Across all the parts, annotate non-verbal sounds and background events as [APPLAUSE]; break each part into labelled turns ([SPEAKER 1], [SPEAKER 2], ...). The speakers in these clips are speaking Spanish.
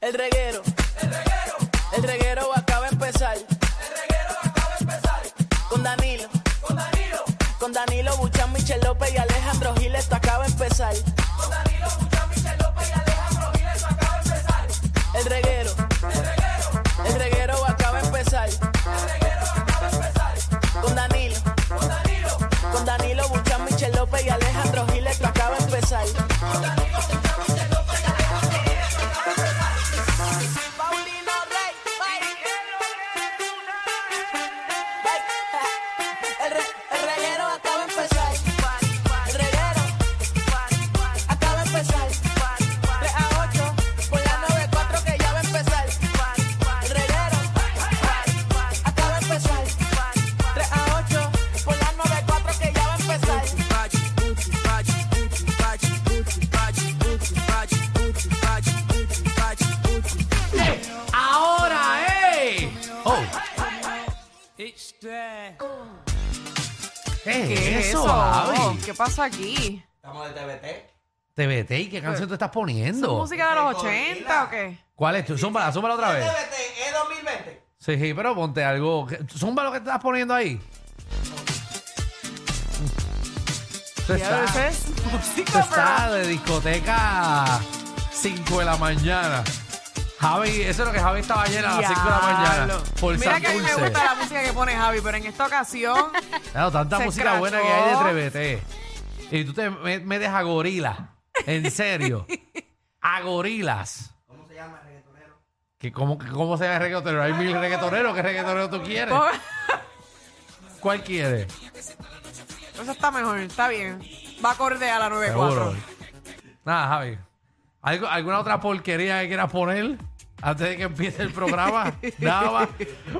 [SPEAKER 1] El reguero. El reguero. El reguero acaba de empezar. El reguero acaba de empezar. Con Danilo. Con Danilo. Con Danilo Buchan, Michel López y Alejandro Giles, esto acaba de empezar. Con Danilo Buchan, Michel López y Alejandro Giles, esto acaba de empezar. El reguero. El reguero. El reguero acaba de empezar. El reguero acaba de empezar. Con Danilo. Con Danilo. Con Danilo Buchan, Michel López y Alejandro Giles, esto acaba de empezar. Paulino Rey, El, re, el reguero acaba de empezar. El reguero acaba de empezar. 3 a 8 por la 94 que ya va a empezar. El reguero acaba de empezar. 3 a 8 por la 94 que ya va a empezar.
[SPEAKER 2] Ahora, ¡eh!
[SPEAKER 3] Oh, ¿qué, es eso, Javi?
[SPEAKER 4] Oh, ¿Qué pasa aquí?
[SPEAKER 5] Estamos de TBT.
[SPEAKER 3] TBT, ¿y qué canción tú estás poniendo?
[SPEAKER 4] ¿Es música de los
[SPEAKER 5] Rico,
[SPEAKER 4] 80
[SPEAKER 5] Lila.
[SPEAKER 4] o qué?
[SPEAKER 3] ¿Cuál es tu? Zúmbala, zúmbala otra vez.
[SPEAKER 5] TBT es 2020.
[SPEAKER 3] Sí, sí, pero ponte algo. ¿Qué- Zumba lo que estás poniendo ahí. Eso
[SPEAKER 4] Mm. Ya,
[SPEAKER 3] Pues está,
[SPEAKER 4] esa es
[SPEAKER 3] eso
[SPEAKER 4] música,
[SPEAKER 3] está
[SPEAKER 4] bro.
[SPEAKER 3] de discoteca 5 de la mañana. Javi, eso es lo que Javi estaba ayer a las 5 de la mañana.
[SPEAKER 4] Diablo.
[SPEAKER 3] Por
[SPEAKER 4] Mira
[SPEAKER 3] San
[SPEAKER 4] que a mí me
[SPEAKER 3] Dulce.
[SPEAKER 4] gusta la música que pone Javi, pero en
[SPEAKER 3] [LAUGHS]
[SPEAKER 4] esta ocasión
[SPEAKER 3] Claro, tanta
[SPEAKER 4] Se
[SPEAKER 3] música buena que
[SPEAKER 4] escrachó.
[SPEAKER 3] hay de Trevete. eh. Y tú te me- metes a gorila. En serio. a gorilas.
[SPEAKER 5] ¿Cómo se llama el reggaetonero?
[SPEAKER 3] Que cómo, ¿Cómo se llama el reggaetonero? Hay mil reggaetoneros. ¿Qué reggaetonero tú quieres?
[SPEAKER 4] po-
[SPEAKER 3] ¿Cuál quieres?
[SPEAKER 4] eso está mejor, está bien. Va acorde a la
[SPEAKER 3] Seguro.
[SPEAKER 4] 94.
[SPEAKER 3] Nada, Javi. ¿Algo- ¿Alguna otra porquería que quieras poner antes de que empiece el
[SPEAKER 4] [LAUGHS]
[SPEAKER 3] programa? Nada más.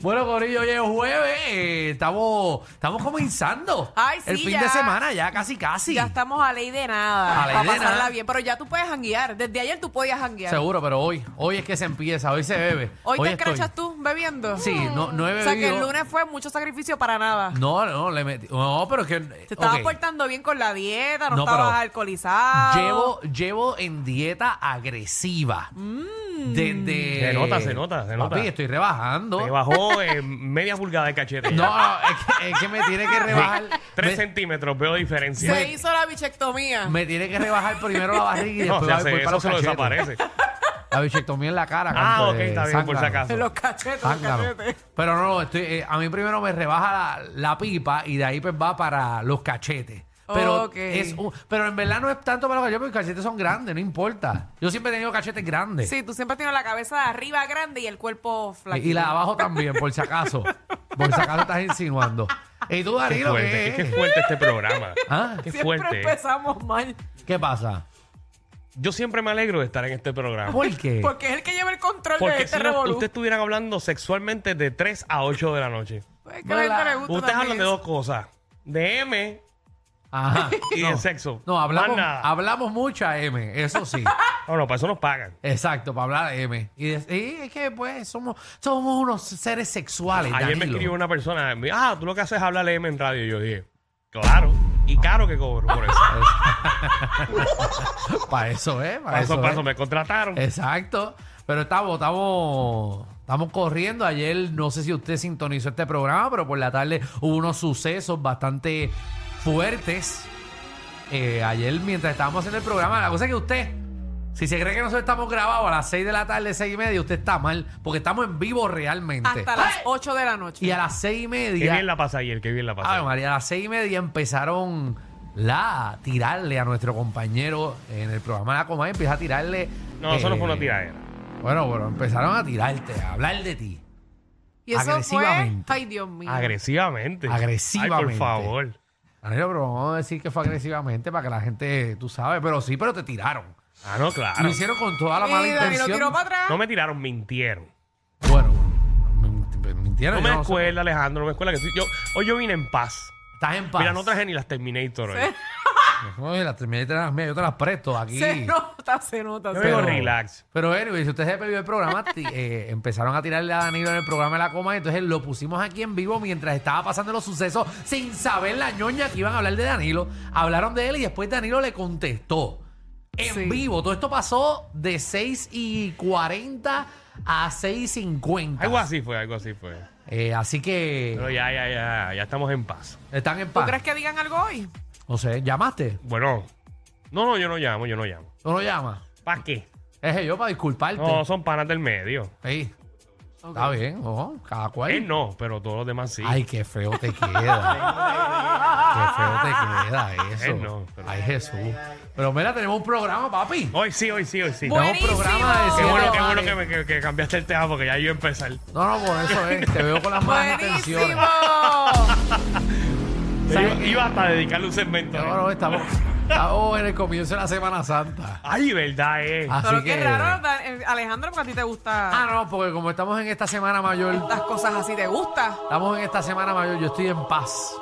[SPEAKER 3] Bueno, Corillo, hoy es jueves. eh, estamos, estamos comenzando.
[SPEAKER 4] Ay, sí,
[SPEAKER 3] el fin
[SPEAKER 4] ya.
[SPEAKER 3] de semana ya, casi, casi.
[SPEAKER 4] Ya estamos a ley de nada.
[SPEAKER 3] A ley
[SPEAKER 4] para
[SPEAKER 3] de
[SPEAKER 4] pasarla
[SPEAKER 3] nada.
[SPEAKER 4] bien, pero ya tú puedes janguear. Desde ayer tú podías janguear.
[SPEAKER 3] Seguro, pero hoy, hoy es que se empieza, hoy se bebe.
[SPEAKER 4] Hoy, te
[SPEAKER 3] estoy-
[SPEAKER 4] escrachas tú bebiendo.
[SPEAKER 3] Sí, no, no he
[SPEAKER 4] O
[SPEAKER 3] bebido.
[SPEAKER 4] sea que el lunes fue mucho sacrificio para nada.
[SPEAKER 3] No, no, le metí. No, pero es que.
[SPEAKER 4] Te estabas
[SPEAKER 3] ok.
[SPEAKER 4] portando bien con la dieta, no,
[SPEAKER 3] No,
[SPEAKER 4] estabas
[SPEAKER 3] pero
[SPEAKER 4] alcoholizado.
[SPEAKER 3] Llevo, llevo en dieta agresiva.
[SPEAKER 4] Mm.
[SPEAKER 3] Desde.
[SPEAKER 2] Se nota, se nota, se nota.
[SPEAKER 3] Papi, estoy rebajando.
[SPEAKER 2] Me bajó eh, media pulgada de cachete.
[SPEAKER 3] No, no, es que, es que me tiene
[SPEAKER 2] [LAUGHS]
[SPEAKER 3] que rebajar.
[SPEAKER 2] Tres
[SPEAKER 3] me,
[SPEAKER 2] centímetros, veo diferencia.
[SPEAKER 4] Se hizo la bichectomía.
[SPEAKER 3] me tiene que rebajar primero la barriga y
[SPEAKER 2] [LAUGHS] no,
[SPEAKER 3] después
[SPEAKER 2] se
[SPEAKER 3] la
[SPEAKER 2] hace
[SPEAKER 3] voy para
[SPEAKER 2] eso,
[SPEAKER 3] los
[SPEAKER 2] se lo
[SPEAKER 3] cachetes. [LAUGHS]
[SPEAKER 2] desaparece.
[SPEAKER 3] La bichectomía en la cara.
[SPEAKER 2] ah,
[SPEAKER 3] canto
[SPEAKER 2] ok,
[SPEAKER 3] de
[SPEAKER 2] está bien, por si
[SPEAKER 3] zángano.
[SPEAKER 2] acaso.
[SPEAKER 4] Los cachetes, [LAUGHS] los
[SPEAKER 3] Zángano.
[SPEAKER 4] cachetes.
[SPEAKER 3] Ah, Pero no, estoy, eh, a mí primero me rebaja la, la pipa y de ahí pues va para los cachetes. Pero,
[SPEAKER 4] Ok.
[SPEAKER 3] es un- pero en verdad no es tanto para los cachetes, porque los cachetes son grandes, no importa. Yo siempre he tenido cachetes grandes.
[SPEAKER 4] Sí, tú siempre tienes la cabeza de arriba grande y el cuerpo flaquito.
[SPEAKER 3] y, y la de abajo también, por si acaso. por si acaso estás insinuando. ¿Y tú,
[SPEAKER 2] Qué
[SPEAKER 3] Danilo,
[SPEAKER 2] fuerte,
[SPEAKER 3] qué,
[SPEAKER 2] qué
[SPEAKER 3] es?
[SPEAKER 2] fuerte este programa.
[SPEAKER 3] [LAUGHS] ¿Ah?
[SPEAKER 2] Qué
[SPEAKER 4] Siempre pues.
[SPEAKER 2] fuerte. ¿eh?
[SPEAKER 4] empezamos mal.
[SPEAKER 3] ¿Qué pasa?
[SPEAKER 2] Yo siempre me alegro de estar en este programa.
[SPEAKER 3] ¿Por qué?
[SPEAKER 4] Porque es el que lleva el control de
[SPEAKER 2] Porque
[SPEAKER 4] este
[SPEAKER 2] si no,
[SPEAKER 4] revolú.
[SPEAKER 2] ustedes estuvieran hablando sexualmente de 3 a 8 de la noche.
[SPEAKER 4] Pues es que a la gente le gusta
[SPEAKER 2] Ustedes
[SPEAKER 4] también
[SPEAKER 2] hablan de dos cosas. De M
[SPEAKER 4] [LAUGHS]
[SPEAKER 3] Ajá.
[SPEAKER 2] y
[SPEAKER 3] No.
[SPEAKER 2] de sexo.
[SPEAKER 3] No, hablamos,
[SPEAKER 2] Más nada.
[SPEAKER 3] hablamos mucho a M, eso sí.
[SPEAKER 2] No, no, para eso nos pagan.
[SPEAKER 3] Exacto, para hablar de M. Y, de- y es que pues somos, somos unos seres sexuales.
[SPEAKER 2] Ayer me
[SPEAKER 3] Danilo.
[SPEAKER 2] escribió una persona, me dijo, ah, tú lo que haces es hablar M en radio. Y yo dije, claro, y caro que cobro por eso.
[SPEAKER 3] Ah, Para eso, ¿eh? Para
[SPEAKER 2] paso
[SPEAKER 3] eso,
[SPEAKER 2] a paso,
[SPEAKER 3] ¿eh?
[SPEAKER 2] me contrataron.
[SPEAKER 3] Exacto. Pero estamos, estamos, estamos corriendo. Ayer, no sé si usted sintonizó este programa, pero por la tarde hubo unos sucesos bastante fuertes. Eh, ayer, mientras estábamos haciendo el programa, la cosa es que usted, si se cree que nosotros estamos grabados a las 6 de la tarde, 6 y media, usted está mal, porque estamos en vivo realmente.
[SPEAKER 4] Hasta las 8 de la noche.
[SPEAKER 3] Y a las 6 y
[SPEAKER 2] Qué
[SPEAKER 3] media.
[SPEAKER 2] bien la pasa ayer, qué bien la pasa.
[SPEAKER 3] Ave
[SPEAKER 2] ayer.
[SPEAKER 3] Ah, María, a las seis y media empezaron la a tirarle a nuestro compañero en el programa La Comay, empieza a tirarle.
[SPEAKER 2] No, eso no fue una
[SPEAKER 3] eh,
[SPEAKER 2] tiradera.
[SPEAKER 3] Bueno, pero empezaron a tirarte, a hablar de ti.
[SPEAKER 4] Y eso fue.
[SPEAKER 3] agresivamente.
[SPEAKER 4] Ay, Dios mío.
[SPEAKER 2] Agresivamente.
[SPEAKER 3] Agresivamente.
[SPEAKER 2] Ay, por favor.
[SPEAKER 3] Danilo, pero vamos a decir que fue agresivamente para que la gente, tú sabes, pero sí, pero te tiraron.
[SPEAKER 2] Ah, no,
[SPEAKER 3] Lo
[SPEAKER 2] claro.
[SPEAKER 3] hicieron con toda la mala
[SPEAKER 4] y Danilo
[SPEAKER 3] intención.
[SPEAKER 4] tiró para atrás.
[SPEAKER 2] No me tiraron, mintieron.
[SPEAKER 3] Bueno, me- me mintieron.
[SPEAKER 2] No
[SPEAKER 3] yo
[SPEAKER 2] me
[SPEAKER 3] no sé.
[SPEAKER 2] escuela, Alejandro, no me escuela. Que sí. yo, hoy yo vine en paz.
[SPEAKER 3] Estás en paz.
[SPEAKER 2] Mira, no traje ni las Terminator hoy.
[SPEAKER 3] Oye, las terminé de las mías, yo te las presto aquí.
[SPEAKER 4] Se nota, se nota.
[SPEAKER 2] Yo
[SPEAKER 4] se
[SPEAKER 2] vengo
[SPEAKER 4] nota.
[SPEAKER 2] relax.
[SPEAKER 3] Pero, anyway, si usted se perdió el programa, ti- eh, [LAUGHS] empezaron a tirarle a Danilo en el programa de la coma. Entonces lo pusimos aquí en vivo mientras estaba pasando los sucesos, sin saber la ñoña que iban a hablar de Danilo. Hablaron de él y después Danilo le contestó. en
[SPEAKER 4] Sí.
[SPEAKER 3] vivo. Todo esto pasó de 6 y 40 a 6 y 50.
[SPEAKER 2] Algo así fue, algo así fue.
[SPEAKER 3] Eh, así
[SPEAKER 2] Pero
[SPEAKER 3] que
[SPEAKER 2] ya, ya, ya, ya estamos en paz.
[SPEAKER 3] están en
[SPEAKER 4] ¿Tú
[SPEAKER 3] paz.
[SPEAKER 4] crees que digan algo hoy?
[SPEAKER 3] No sé, ¿llamaste?
[SPEAKER 2] Bueno, no, no, yo no llamo, yo no llamo.
[SPEAKER 3] ¿Tú no llamas?
[SPEAKER 2] ¿Para qué?
[SPEAKER 3] Es yo para disculparte.
[SPEAKER 2] No, son panas del medio.
[SPEAKER 3] Sí. Está bien, ojo, cada cual.
[SPEAKER 2] Él no, pero todos los demás sí.
[SPEAKER 3] Ay, qué feo te queda. qué feo
[SPEAKER 2] [LAUGHS]
[SPEAKER 3] te queda eso.
[SPEAKER 2] Él no, pero-
[SPEAKER 3] Ay, Jesús. Pero mira, tenemos un programa, papi.
[SPEAKER 2] Hoy sí, hoy sí, hoy sí.
[SPEAKER 4] Bueno,
[SPEAKER 3] Tenemos un programa de
[SPEAKER 4] Buenísimo.
[SPEAKER 2] Qué
[SPEAKER 3] siete
[SPEAKER 2] bueno, qué
[SPEAKER 3] hogares.
[SPEAKER 2] bueno que, me- que- que cambiaste el tema porque ya yo empezar.
[SPEAKER 3] No, no, por eso es. Te veo con las malas intenciones.
[SPEAKER 4] ¡Buenísimo!
[SPEAKER 2] Iba, iba hasta a dedicarle un segmento.
[SPEAKER 3] No, no, estamos, estamos en el comienzo de la Semana Santa.
[SPEAKER 2] Ay, verdad, eh.
[SPEAKER 3] Así
[SPEAKER 4] Pero
[SPEAKER 3] que.
[SPEAKER 4] qué raro, da- eh, Alejandro, porque a ti te gusta
[SPEAKER 3] Ah, no, porque como estamos en esta Semana Mayor,
[SPEAKER 4] las cosas así, ¿te gusta?
[SPEAKER 3] estamos en esta Semana Mayor, yo estoy en paz.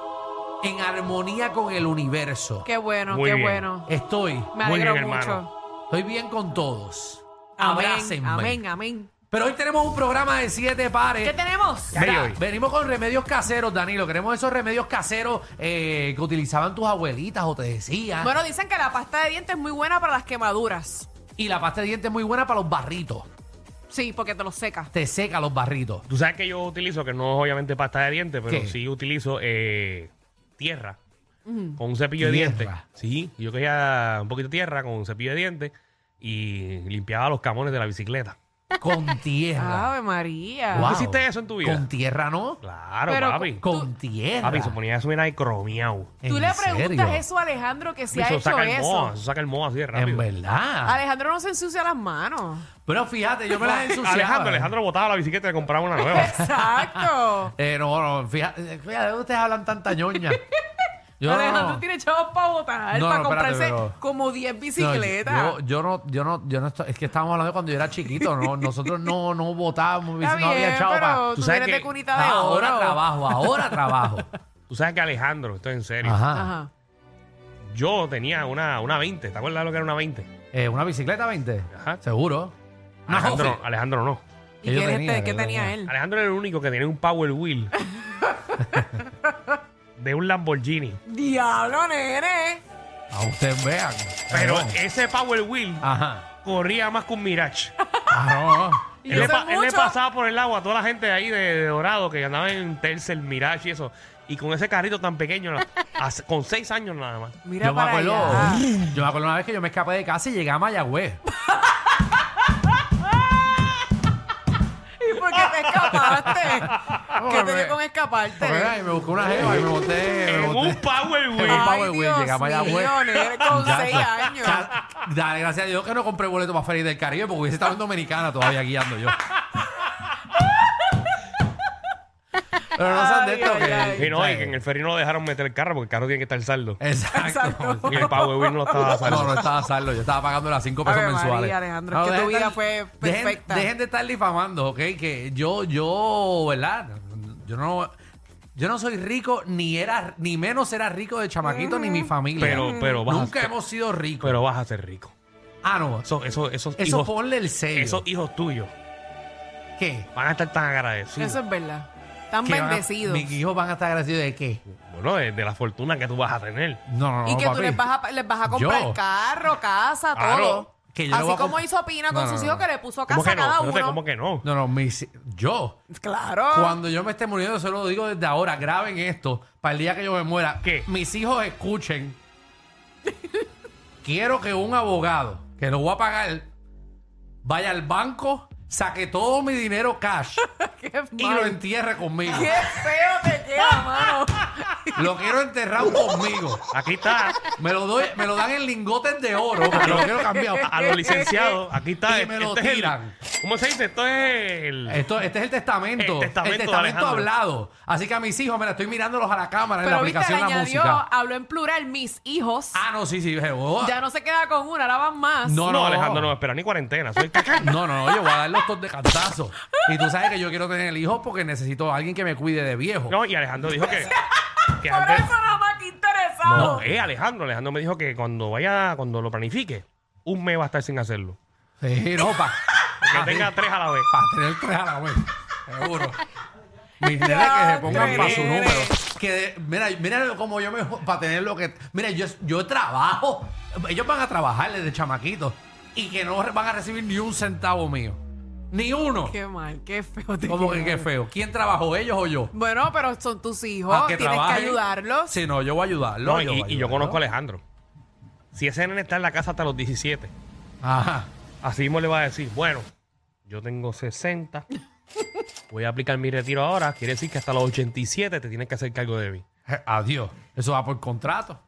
[SPEAKER 3] En armonía con el universo.
[SPEAKER 4] Qué bueno,
[SPEAKER 2] Muy
[SPEAKER 4] qué
[SPEAKER 2] bien.
[SPEAKER 4] bueno.
[SPEAKER 3] Estoy.
[SPEAKER 4] Me
[SPEAKER 2] Muy
[SPEAKER 4] alegro
[SPEAKER 2] bien, hermano.
[SPEAKER 4] mucho.
[SPEAKER 3] Estoy bien con todos.
[SPEAKER 4] Amén,
[SPEAKER 3] Abrácenme.
[SPEAKER 4] amén, amén.
[SPEAKER 3] Pero hoy tenemos un programa de siete pares.
[SPEAKER 4] ¿Qué tenemos?
[SPEAKER 2] Ya.
[SPEAKER 3] Mira,
[SPEAKER 2] hoy?
[SPEAKER 3] venimos con remedios caseros, Danilo. Queremos esos remedios caseros eh, que utilizaban tus abuelitas o te decían.
[SPEAKER 4] Bueno, dicen que la pasta de dientes es muy buena para las quemaduras.
[SPEAKER 3] Y la pasta de dientes es muy buena para los barritos.
[SPEAKER 4] Sí, porque te lo seca.
[SPEAKER 3] Te seca los barritos.
[SPEAKER 2] Tú sabes que yo utilizo, que no es obviamente pasta de dientes, pero
[SPEAKER 3] ¿Qué?
[SPEAKER 2] sí utilizo eh, tierra con un cepillo
[SPEAKER 3] Tierra.
[SPEAKER 2] de dientes. Sí, yo cogía un poquito de tierra con un cepillo de dientes y limpiaba los camones de la bicicleta.
[SPEAKER 3] Con
[SPEAKER 4] [LAUGHS]
[SPEAKER 3] tierra.
[SPEAKER 4] Ave María.
[SPEAKER 3] Wow.
[SPEAKER 2] hiciste eso en tu vida?
[SPEAKER 3] Con tierra, ¿no?
[SPEAKER 2] Claro,
[SPEAKER 4] Pero
[SPEAKER 2] papi.
[SPEAKER 3] Con tierra.
[SPEAKER 2] Papi, se ponía eso, mira, ahí cromiao.
[SPEAKER 4] Tú
[SPEAKER 3] ¿En
[SPEAKER 4] le preguntas
[SPEAKER 3] serio?
[SPEAKER 4] eso a Alejandro que si
[SPEAKER 2] Papi,
[SPEAKER 4] ha
[SPEAKER 2] eso
[SPEAKER 4] hecho
[SPEAKER 2] saca el moho,
[SPEAKER 4] eso.
[SPEAKER 2] eso saca el moho así de
[SPEAKER 3] En
[SPEAKER 2] rápido.
[SPEAKER 3] verdad.
[SPEAKER 4] Alejandro no se ensucia las manos.
[SPEAKER 3] Pero fíjate, yo me las ensuciaba.
[SPEAKER 2] Alejandro, Alejandro botaba la bicicleta y le compraba una
[SPEAKER 3] [LAUGHS]
[SPEAKER 2] nueva.
[SPEAKER 4] Exacto.
[SPEAKER 3] Eh, no, no, fíjate, fíjate, ustedes hablan tanta
[SPEAKER 4] [LAUGHS]
[SPEAKER 3] ñoña. [LAUGHS] Yo no-
[SPEAKER 4] Alejandro tiene chavos para botar,
[SPEAKER 3] No,
[SPEAKER 4] para
[SPEAKER 3] no, espérate,
[SPEAKER 4] comprarse
[SPEAKER 3] pero-
[SPEAKER 4] como 10
[SPEAKER 3] No,
[SPEAKER 4] bicicletas.
[SPEAKER 3] yo, yo no, yo no, yo no estoy- es que estábamos hablando de cuando yo era chiquito,
[SPEAKER 4] [LAUGHS]
[SPEAKER 3] no, nosotros no, no votábamos,
[SPEAKER 4] Está
[SPEAKER 3] no había
[SPEAKER 4] bien,
[SPEAKER 3] echado
[SPEAKER 4] pero
[SPEAKER 3] para.
[SPEAKER 2] tú
[SPEAKER 4] tú,
[SPEAKER 2] sabes
[SPEAKER 4] eres
[SPEAKER 2] que-
[SPEAKER 4] de cunita de oro.
[SPEAKER 3] ahora trabajo, ahora trabajo.
[SPEAKER 2] Tú sabes que Alejandro, esto es en serio.
[SPEAKER 3] Ajá.
[SPEAKER 4] Ajá.
[SPEAKER 2] Yo tenía una, una 20, ¿te acuerdas lo que era una 20?
[SPEAKER 3] Eh, una bicicleta 20,
[SPEAKER 2] Ajá.
[SPEAKER 3] seguro. Una
[SPEAKER 2] Alejandro,
[SPEAKER 3] Hoffy.
[SPEAKER 2] Alejandro no.
[SPEAKER 4] ¿Y
[SPEAKER 3] Yo
[SPEAKER 4] qué,
[SPEAKER 3] tenía,
[SPEAKER 4] este-
[SPEAKER 3] yo
[SPEAKER 4] qué tenía
[SPEAKER 3] tenía.
[SPEAKER 4] él?
[SPEAKER 2] Alejandro era el único que tenía un Power Wheel de un Lamborghini.
[SPEAKER 4] ¡Diablo, nene!
[SPEAKER 3] A ustedes vean.
[SPEAKER 2] Pero eh.
[SPEAKER 3] Perdón.
[SPEAKER 2] ese Power Wheel
[SPEAKER 3] Ah. ajá.
[SPEAKER 2] corría más que un Mirage.
[SPEAKER 3] Ah, no.
[SPEAKER 4] Y
[SPEAKER 2] Él le,
[SPEAKER 4] eso
[SPEAKER 2] pa-
[SPEAKER 4] es
[SPEAKER 2] él le
[SPEAKER 4] mucho.
[SPEAKER 2] pasaba por el agua a toda la gente de ahí de, de Dorado que andaba en Tercer Mirage y eso. Y con ese carrito tan pequeño, la- hace- con seis años nada más.
[SPEAKER 4] Mira
[SPEAKER 3] yo me
[SPEAKER 4] para
[SPEAKER 3] acuerdo,
[SPEAKER 4] allá.
[SPEAKER 3] yo me acuerdo una vez que yo me escapé de casa y llegué a Mayagüez.
[SPEAKER 4] ¿Y por qué te
[SPEAKER 3] [LAUGHS]
[SPEAKER 4] escapaste? ¿Qué te
[SPEAKER 3] Porque-
[SPEAKER 4] dio con escaparte?
[SPEAKER 3] Porque, ay, me busqué una jeva y me boté, me
[SPEAKER 2] En
[SPEAKER 3] boté.
[SPEAKER 2] un Power
[SPEAKER 3] Ay,
[SPEAKER 2] Wheel.
[SPEAKER 3] Power Wheel,
[SPEAKER 4] Dios
[SPEAKER 3] llegaba allá,
[SPEAKER 4] mío,
[SPEAKER 3] güey.
[SPEAKER 4] nene, con
[SPEAKER 3] Ya,
[SPEAKER 4] seis
[SPEAKER 3] ya,
[SPEAKER 4] años.
[SPEAKER 3] ya, Dale, gracias a Dios que no compré boleto para Feliz del Caribe porque hubiese estado en Dominicana todavía guiando yo. Pero no sean de
[SPEAKER 4] Ay,
[SPEAKER 3] esto
[SPEAKER 4] ay,
[SPEAKER 3] que.
[SPEAKER 4] ay.
[SPEAKER 2] Y no, y que en el ferry no lo dejaron meter el carro porque el carro tiene que estar saldo.
[SPEAKER 3] Exacto.
[SPEAKER 4] Exacto.
[SPEAKER 2] Y el Power Wheel no estaba saldo.
[SPEAKER 3] Eh. No, no estaba saldo. Yo estaba pagando las 5 pesos
[SPEAKER 4] Ave María,
[SPEAKER 3] mensuales.
[SPEAKER 4] Alejandro,
[SPEAKER 3] No,
[SPEAKER 4] es que tu
[SPEAKER 3] dejen de
[SPEAKER 4] vida
[SPEAKER 3] estar-
[SPEAKER 4] fue
[SPEAKER 3] dejen-
[SPEAKER 4] perfecta.
[SPEAKER 3] Dejen, de estar difamando, ¿ok? Que yo, yo, ¿verdad? Yo no. Yo no soy rico, ni era, ni menos era rico de chamaquito, ni mi familia.
[SPEAKER 2] Pero- pero vas a-
[SPEAKER 3] Nunca hemos sido ricos.
[SPEAKER 2] Pero vas a ser rico.
[SPEAKER 3] ah, no. Eso,
[SPEAKER 2] Eso, eso, esos hijos,
[SPEAKER 3] ponle el sello.
[SPEAKER 2] esos hijos tuyos
[SPEAKER 3] ¿Qué?
[SPEAKER 2] van a estar tan agradecidos.
[SPEAKER 4] Eso es verdad. Tan
[SPEAKER 3] ¿Qué van a-
[SPEAKER 4] bendecidos.
[SPEAKER 3] Mis hijos van a estar agradecidos de qué?
[SPEAKER 2] Bueno, de, de la fortuna que tú vas a tener.
[SPEAKER 3] No, no, no.
[SPEAKER 4] Y que tú
[SPEAKER 3] papi.
[SPEAKER 4] les vas a, les vas a comprar
[SPEAKER 3] Yo.
[SPEAKER 4] carro, casa,
[SPEAKER 2] Claro,
[SPEAKER 4] todo.
[SPEAKER 3] que yo le voy
[SPEAKER 4] Así
[SPEAKER 3] a
[SPEAKER 4] como
[SPEAKER 3] comp-
[SPEAKER 4] hizo Pina con
[SPEAKER 3] No,
[SPEAKER 4] sus
[SPEAKER 3] no, no.
[SPEAKER 4] hijos que le puso
[SPEAKER 2] ¿Cómo
[SPEAKER 4] casa
[SPEAKER 2] que
[SPEAKER 4] a cada
[SPEAKER 2] no? Espérate,
[SPEAKER 4] uno.
[SPEAKER 2] ¿Cómo que no?
[SPEAKER 3] No, no, mis. Yo.
[SPEAKER 4] Claro.
[SPEAKER 3] Cuando yo me esté muriendo, se lo digo desde ahora, graben esto, para el día que yo me muera,
[SPEAKER 2] ¿Qué?
[SPEAKER 3] mis hijos escuchen. Quiero que un abogado, que lo voy a pagar, vaya al banco, saque todo mi dinero cash
[SPEAKER 4] Qué,
[SPEAKER 3] y
[SPEAKER 4] mal.
[SPEAKER 3] lo entierre conmigo.
[SPEAKER 4] Qué feo te queda, mano.
[SPEAKER 3] Lo quiero enterrado conmigo.
[SPEAKER 4] [LAUGHS]
[SPEAKER 2] Aquí está.
[SPEAKER 3] Me lo, doy, me lo dan en lingotes de oro, porque lo quiero cambiar.
[SPEAKER 2] A los licenciados,
[SPEAKER 4] [LAUGHS]
[SPEAKER 2] aquí está.
[SPEAKER 3] Y me lo
[SPEAKER 2] es el-
[SPEAKER 3] tiran.
[SPEAKER 2] ¿Cómo se dice? Esto es el.
[SPEAKER 3] Esto, este es el testamento.
[SPEAKER 2] El testamento de Alejandro.
[SPEAKER 3] hablado. Así que a mis hijos, mira, estoy mirándolos a la cámara [LAUGHS] en la
[SPEAKER 4] Pero viste, le
[SPEAKER 3] aplicación de la
[SPEAKER 4] añadió,
[SPEAKER 3] música.
[SPEAKER 4] habló en plural, mis hijos.
[SPEAKER 3] Ah, no, sí, sí. oh.
[SPEAKER 4] Ya no se queda con una, ahora van más.
[SPEAKER 3] No,
[SPEAKER 2] no, no, Alejandro, no espera ni cuarentena. Soy cacán.
[SPEAKER 3] No, no, no, yo voy a dar los dos de cantazo. Y tú sabes que yo quiero tener el hijo porque necesito a alguien que me cuide de viejo.
[SPEAKER 2] [LAUGHS] No, y Alejandro dijo que. que
[SPEAKER 4] Por
[SPEAKER 2] antes-
[SPEAKER 4] eso nada más que interesado.
[SPEAKER 2] No, eh, Alejandro. Alejandro me dijo que cuando vaya, cuando lo planifique, un mes va a estar sin hacerlo.
[SPEAKER 3] Sí, no, para
[SPEAKER 2] Que
[SPEAKER 3] Ah,
[SPEAKER 2] tenga tres a la vez.
[SPEAKER 3] tener tres a la vez. Seguro. Mis nenes que se
[SPEAKER 4] Ya,
[SPEAKER 3] pongan para su
[SPEAKER 4] tres.
[SPEAKER 3] número. Que de- mira, mira como yo me para tener lo que. Mira, yo, yo trabajo. ellos van a trabajar desde chamaquitos y que no van a recibir ni un centavo mío. Ni uno.
[SPEAKER 4] Qué mal, qué feo. te
[SPEAKER 3] Como que
[SPEAKER 4] quedaron.
[SPEAKER 3] qué feo. ¿Quién trabajó, ellos o yo?
[SPEAKER 4] Bueno, pero son tus hijos,
[SPEAKER 3] Ah,
[SPEAKER 4] tienes
[SPEAKER 3] trabajen.
[SPEAKER 4] que ayudarlos.
[SPEAKER 3] Sí, no, yo voy a ayudarlos.
[SPEAKER 2] No, y,
[SPEAKER 3] voy a
[SPEAKER 2] y yo conozco a
[SPEAKER 3] ayudarlos.
[SPEAKER 2] Alejandro. Si ese nene está en la casa hasta los 17,
[SPEAKER 3] Ajá.
[SPEAKER 2] así mismo le va a decir, bueno, yo tengo 60, voy a aplicar mi retiro ahora, quiere decir que hasta los 87 te tienes que hacer cargo de mí.
[SPEAKER 3] Eh, Adiós. Eso va por
[SPEAKER 2] [LAUGHS]
[SPEAKER 3] contrato.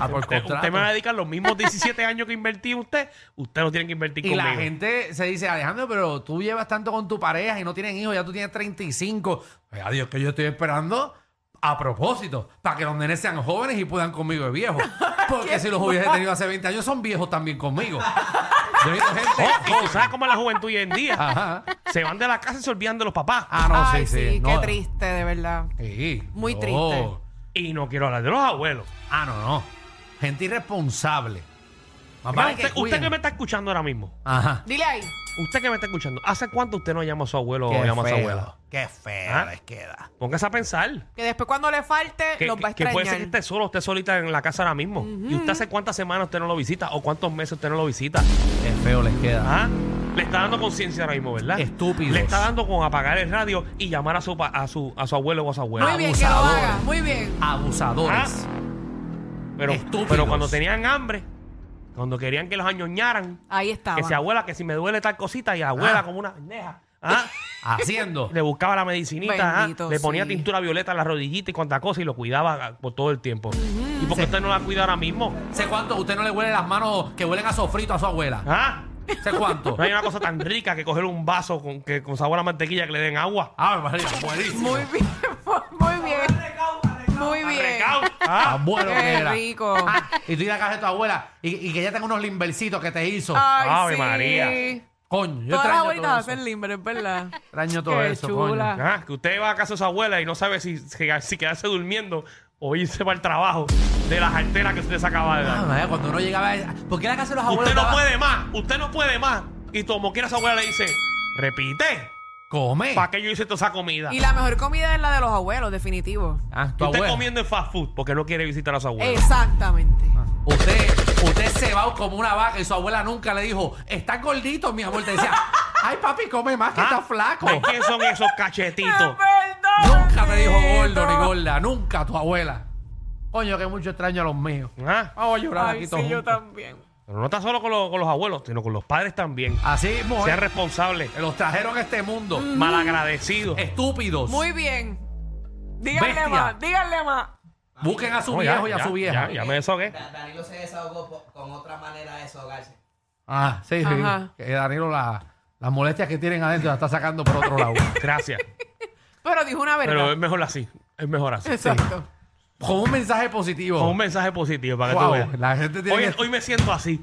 [SPEAKER 3] Va por
[SPEAKER 2] Usted, usted
[SPEAKER 3] contrato.
[SPEAKER 2] me va a dedicar los mismos 17 años que invertí usted, usted no tiene que invertir
[SPEAKER 3] Y
[SPEAKER 2] conmigo.
[SPEAKER 3] la gente se dice, Alejandro, pero tú llevas tanto con tu pareja y no tienes hijos, ya tú tienes 35. Ay, Pues, adiós, que yo estoy esperando a propósito, para que los nenes sean jóvenes y puedan conmigo de
[SPEAKER 2] [LAUGHS]
[SPEAKER 3] viejos. Porque si los hubiese tenido hace 20 años, son viejos también conmigo. Yo he visto
[SPEAKER 2] [LAUGHS]
[SPEAKER 3] gente...
[SPEAKER 2] Oh, oh, ¿Sabes cómo es la juventud hoy en día?
[SPEAKER 3] Ajá.
[SPEAKER 2] Se van de la casa y se olvidan de los papás.
[SPEAKER 3] Ah, no,
[SPEAKER 4] Ay,
[SPEAKER 3] sí, sí.
[SPEAKER 4] sí, qué
[SPEAKER 3] no.
[SPEAKER 4] triste, de verdad.
[SPEAKER 3] Sí,
[SPEAKER 4] Muy
[SPEAKER 3] no.
[SPEAKER 4] triste.
[SPEAKER 2] Y no quiero hablar de los abuelos.
[SPEAKER 3] Ah, no, no. Gente irresponsable. Más
[SPEAKER 2] Mira,
[SPEAKER 3] vale
[SPEAKER 2] usted, usted
[SPEAKER 3] cuiden.
[SPEAKER 2] que me está escuchando ahora mismo,
[SPEAKER 3] Ajá.
[SPEAKER 4] Dile ahí.
[SPEAKER 2] usted que me está escuchando, ¿hace cuánto usted no llama a su abuelo o
[SPEAKER 3] Qué
[SPEAKER 2] llama a
[SPEAKER 3] feo,
[SPEAKER 2] su abuela?
[SPEAKER 3] Qué feo
[SPEAKER 2] ¿Ah?
[SPEAKER 3] les queda.
[SPEAKER 2] Póngase a pensar.
[SPEAKER 4] Que después cuando le falte,
[SPEAKER 2] Que,
[SPEAKER 4] los va a
[SPEAKER 2] que- que
[SPEAKER 4] extrañar.
[SPEAKER 2] puede ser que esté solo, esté solita en la casa ahora mismo. Y usted hace cuántas semanas usted no lo visita o cuántos meses usted no lo visita.
[SPEAKER 3] Qué feo les queda.
[SPEAKER 2] ¿Ah? Le está dando conciencia ahora mismo, ¿verdad?
[SPEAKER 3] Estúpidos.
[SPEAKER 2] Le está dando con apagar el radio y llamar a su, pa- a su, a su abuelo o a su abuela.
[SPEAKER 4] Muy bien, que lo
[SPEAKER 3] abusador.
[SPEAKER 4] haga. Muy bien.
[SPEAKER 3] Abusadores.
[SPEAKER 2] Pero,
[SPEAKER 3] Estúpidos.
[SPEAKER 2] pero cuando tenían hambre, cuando querían que los añoñaran,
[SPEAKER 4] Ahí estaba.
[SPEAKER 2] que se abuela, que si me duele tal cosita, y abuela
[SPEAKER 3] Ah.
[SPEAKER 2] como una pendeja. ¿ah?
[SPEAKER 3] Haciendo.
[SPEAKER 2] Le buscaba la medicinita, ¿ah?
[SPEAKER 4] Bendito,
[SPEAKER 2] le ponía
[SPEAKER 4] sí.
[SPEAKER 2] tintura violeta en la rodillita y cuanta cosa y lo cuidaba ah, por todo el tiempo. ¿Y por qué usted no la cuida ahora mismo?
[SPEAKER 3] ¿Sé cuánto usted no le huele las manos que huelen a sofrito a su abuela?
[SPEAKER 2] ¿Ah?
[SPEAKER 3] ¿Sé cuánto?
[SPEAKER 2] No hay una cosa tan rica que coger un vaso con, que, con sabor a mantequilla que le den agua.
[SPEAKER 3] Ah, María, buenísimo.
[SPEAKER 4] Muy bien, [LAUGHS] muy bien, muy bien.
[SPEAKER 2] Recao,
[SPEAKER 3] Ah,
[SPEAKER 2] ¿ah?
[SPEAKER 3] bueno que
[SPEAKER 4] Qué
[SPEAKER 3] era.
[SPEAKER 4] rico.
[SPEAKER 3] Ah, y tú ir a casa de tu abuela y, y que ella tenga unos limbercitos que te hizo.
[SPEAKER 4] Ay,
[SPEAKER 2] Ave
[SPEAKER 4] sí.
[SPEAKER 2] María.
[SPEAKER 3] Coño, yo
[SPEAKER 4] Ah, Todas las
[SPEAKER 3] extraño
[SPEAKER 4] abuelitas
[SPEAKER 3] todo eso.
[SPEAKER 4] hacen limber, es verdad.
[SPEAKER 3] Extraño todo
[SPEAKER 4] Qué
[SPEAKER 3] eso,
[SPEAKER 4] chula.
[SPEAKER 3] coño.
[SPEAKER 2] Ah, Que usted va a casa de su abuela y no sabe si, si, si quedarse durmiendo o irse para el trabajo de las arteras que usted se acaba de
[SPEAKER 3] Ah,
[SPEAKER 2] dar.
[SPEAKER 3] María, cuando uno llegaba... ¿Por qué la
[SPEAKER 4] Ah,
[SPEAKER 3] casa de los abuelos
[SPEAKER 2] usted no
[SPEAKER 3] estaba-
[SPEAKER 2] puede más, usted no puede más. Y como quiera su abuela le dice, repite,
[SPEAKER 3] Come.
[SPEAKER 2] ¿para qué yo hice toda esa comida?
[SPEAKER 4] Y la mejor comida es la de los abuelos, definitivo.
[SPEAKER 3] Ah, tu
[SPEAKER 2] usted
[SPEAKER 3] abuela.
[SPEAKER 2] comiendo en fast food porque no quiere visitar a su abuela.
[SPEAKER 4] Exactamente.
[SPEAKER 3] Usted, usted se va como una vaca y su abuela nunca le dijo, estás gordito, mi amor. Te decía, ay papi, come más que
[SPEAKER 2] Ah,
[SPEAKER 3] estás flaco.
[SPEAKER 2] ¿De quién son esos
[SPEAKER 4] Ah,
[SPEAKER 2] cachetitos?
[SPEAKER 4] Perdón.
[SPEAKER 3] Nunca me dijo
[SPEAKER 4] bendito.
[SPEAKER 3] gordo ni gorda, nunca tu abuela. Coño, que mucho extraño a los míos.
[SPEAKER 2] Ah,
[SPEAKER 3] Vamos a llorar
[SPEAKER 4] Ay,
[SPEAKER 3] aquí
[SPEAKER 4] sí,
[SPEAKER 3] todos
[SPEAKER 4] yo
[SPEAKER 3] juntos.
[SPEAKER 4] también.
[SPEAKER 2] Pero no está solo con los, con los abuelos, sino con los padres también.
[SPEAKER 4] Ah,
[SPEAKER 3] Así,
[SPEAKER 2] Sean
[SPEAKER 3] mujer,
[SPEAKER 2] responsables,
[SPEAKER 3] que los trajeron a este mundo.
[SPEAKER 2] malagradecidos.
[SPEAKER 3] Estúpidos.
[SPEAKER 4] Muy bien. Díganle
[SPEAKER 3] Bestia.
[SPEAKER 4] más, díganle más.
[SPEAKER 3] Busquen a su
[SPEAKER 2] No, ya,
[SPEAKER 3] viejo y a
[SPEAKER 2] ya,
[SPEAKER 3] su vieja.
[SPEAKER 2] Ya, ya me desogué.
[SPEAKER 5] Da- Danilo se desahogó po- con otra manera de desahogarse.
[SPEAKER 3] Ah, sí, sí.
[SPEAKER 4] Ajá.
[SPEAKER 3] Que Danilo, la- las molestias que tienen adentro las está sacando por otro
[SPEAKER 2] [LAUGHS]
[SPEAKER 3] lado. [LAUGHS]
[SPEAKER 2] Gracias.
[SPEAKER 4] Pero dijo una verdad.
[SPEAKER 2] Pero eh, es mejor así. Es mejor así.
[SPEAKER 4] [LAUGHS] Exacto.
[SPEAKER 3] Con un mensaje positivo.
[SPEAKER 2] Con un mensaje positivo para que
[SPEAKER 3] Wow,
[SPEAKER 2] tú veas.
[SPEAKER 3] la gente tiene
[SPEAKER 2] Hoy,
[SPEAKER 3] que-
[SPEAKER 2] hoy me siento así.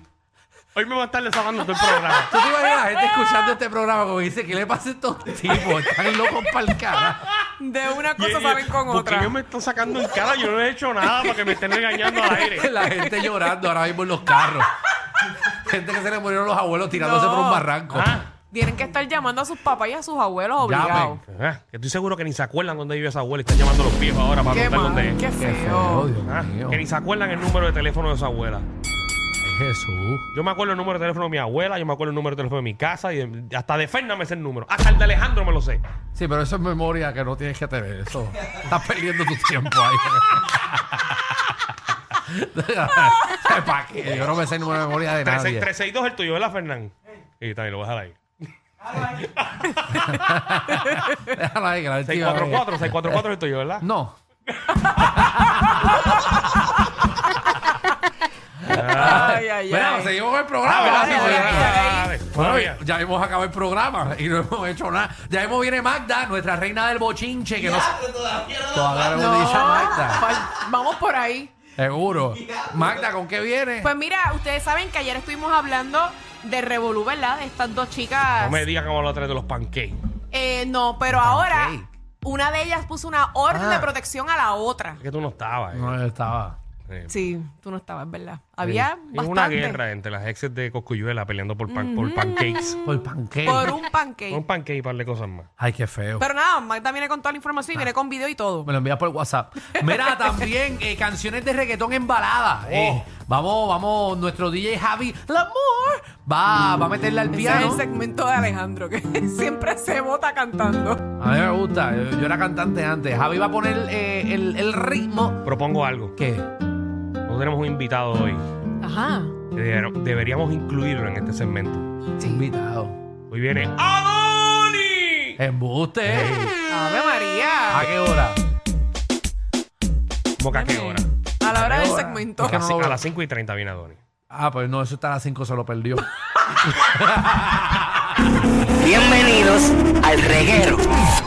[SPEAKER 2] Hoy me voy a estar desahogando todo el
[SPEAKER 3] [LAUGHS]
[SPEAKER 2] programa.
[SPEAKER 3] ¿Tú te imaginas la gente escuchando este programa como dice que le pasa a estos tipos? Están locos para el cara.
[SPEAKER 4] De una
[SPEAKER 2] Y-
[SPEAKER 4] cosa
[SPEAKER 2] y-
[SPEAKER 4] salen con
[SPEAKER 2] porque
[SPEAKER 4] otra.
[SPEAKER 2] yo me estoy sacando en cara. Yo no he hecho nada para que me estén regañando al aire.
[SPEAKER 3] [LAUGHS] La gente llorando ahora mismo en los carros. Gente que se le murieron los abuelos tirándose
[SPEAKER 4] No.
[SPEAKER 3] por un barranco.
[SPEAKER 2] Ah,
[SPEAKER 4] Tienen que estar llamando a sus papás y a sus abuelos obligados.
[SPEAKER 3] Llamen.
[SPEAKER 2] ah, que estoy seguro que ni se acuerdan dónde vive esa abuela y están llamando a los viejos ahora para
[SPEAKER 4] Qué
[SPEAKER 2] preguntar
[SPEAKER 4] mal,
[SPEAKER 2] dónde es.
[SPEAKER 4] qué
[SPEAKER 3] oh. Qué
[SPEAKER 4] feo.
[SPEAKER 3] feo, Dios
[SPEAKER 2] Ah,
[SPEAKER 3] mío.
[SPEAKER 2] que ni se acuerdan el número de teléfono de su abuela.
[SPEAKER 3] Ay, Jesús.
[SPEAKER 2] Yo me acuerdo el número de teléfono de mi abuela, yo me acuerdo el número de teléfono de mi casa y de- hasta de Fernández me sé el número. Hasta el de Alejandro me lo sé.
[SPEAKER 3] Sí, pero eso es memoria que no tienes que tener. Eso. Estás perdiendo tu tiempo [LAUGHS] ahí. ¿Para qué? Yo no me sé el número de memoria de nadie. [LAUGHS]
[SPEAKER 2] 362 el tuyo, ¿verdad, Fernán? Y también lo voy a dejar ahí.
[SPEAKER 3] Déjalo ahí, que la gente iba a ver.
[SPEAKER 2] 644, 644 es el tuyo,
[SPEAKER 3] [LAUGHS]
[SPEAKER 2] ¿verdad?
[SPEAKER 3] No.
[SPEAKER 4] Ay, ay,
[SPEAKER 3] Bueno,
[SPEAKER 4] ay.
[SPEAKER 3] seguimos con el
[SPEAKER 2] Ah,
[SPEAKER 3] programa.
[SPEAKER 2] ¿verdad?
[SPEAKER 3] Sí,
[SPEAKER 2] Sí,
[SPEAKER 3] sí,
[SPEAKER 2] sí,
[SPEAKER 3] sí.
[SPEAKER 2] ah, ah,
[SPEAKER 3] Bueno,
[SPEAKER 2] ah,
[SPEAKER 3] ya- ya hemos acabado el programa y no hemos hecho nada. Ya hemos viene Magda, nuestra reina del bochinche, que no [LAUGHS]
[SPEAKER 5] Ya, pero todavía no lo
[SPEAKER 3] todavía no hemos
[SPEAKER 4] No,
[SPEAKER 3] dicho Magda.
[SPEAKER 4] pa- vamos por ahí.
[SPEAKER 3] Seguro. Magda, ¿con qué viene?
[SPEAKER 4] Pues mira, ustedes saben que ayer estuvimos hablando de Revolú, ¿verdad? De estas dos chicas.
[SPEAKER 2] No me digan cómo lo traes de los pancakes.
[SPEAKER 4] Eh, no, pero ahora una de ellas puso una orden
[SPEAKER 3] Ah.
[SPEAKER 4] de protección a la otra.
[SPEAKER 2] Es que tú no estabas. eh.
[SPEAKER 3] No estaba.
[SPEAKER 2] Eh,
[SPEAKER 4] Sí, tú no estabas, ¿verdad? Había
[SPEAKER 2] sí.
[SPEAKER 4] bastante. Mm-hmm.
[SPEAKER 2] Hubo una guerra entre las exes de Coscuyuela peleando por, pan- por pancakes.
[SPEAKER 3] Por panqueo.
[SPEAKER 4] Por un pancake.
[SPEAKER 2] Un pancake y un par de cosas más.
[SPEAKER 3] Ay, qué feo.
[SPEAKER 4] Pero nada, Magda viene con toda la información y viene con video y todo.
[SPEAKER 3] Me lo envías por WhatsApp.
[SPEAKER 4] [LAUGHS]
[SPEAKER 3] Mira, también eh, canciones de reggaetón en balada.
[SPEAKER 4] Oh.
[SPEAKER 3] eh. vamos, vamos, nuestro DJ Javi Lamor va, va a meterle al
[SPEAKER 4] Ese es el
[SPEAKER 3] piano.
[SPEAKER 4] segmento de Alejandro, que [LAUGHS] siempre se bota cantando.
[SPEAKER 3] A mí me gusta, yo, yo era cantante antes. Javi va a poner eh, el, el ritmo.
[SPEAKER 2] Propongo algo.
[SPEAKER 3] ¿Qué?
[SPEAKER 2] Nosotros tenemos un invitado hoy.
[SPEAKER 4] Ajá.
[SPEAKER 2] que deber- Deberíamos incluirlo en este segmento.
[SPEAKER 4] Sí.
[SPEAKER 3] Invitado.
[SPEAKER 2] Hoy viene Adoni.
[SPEAKER 3] Embuste. ¿eh?
[SPEAKER 4] Ave
[SPEAKER 3] ¿A
[SPEAKER 4] María.
[SPEAKER 3] qué hora?
[SPEAKER 2] ¿Cómo que a qué hora?
[SPEAKER 4] A la hora del
[SPEAKER 3] Ahora.
[SPEAKER 4] segmento.
[SPEAKER 3] Es que
[SPEAKER 2] A
[SPEAKER 3] no
[SPEAKER 2] las-
[SPEAKER 3] lo-
[SPEAKER 2] a las 5 y 30 viene Adoni.
[SPEAKER 3] Ah, pues no, eso está a las 5, se lo perdió.
[SPEAKER 6] Bienvenidos al reguero.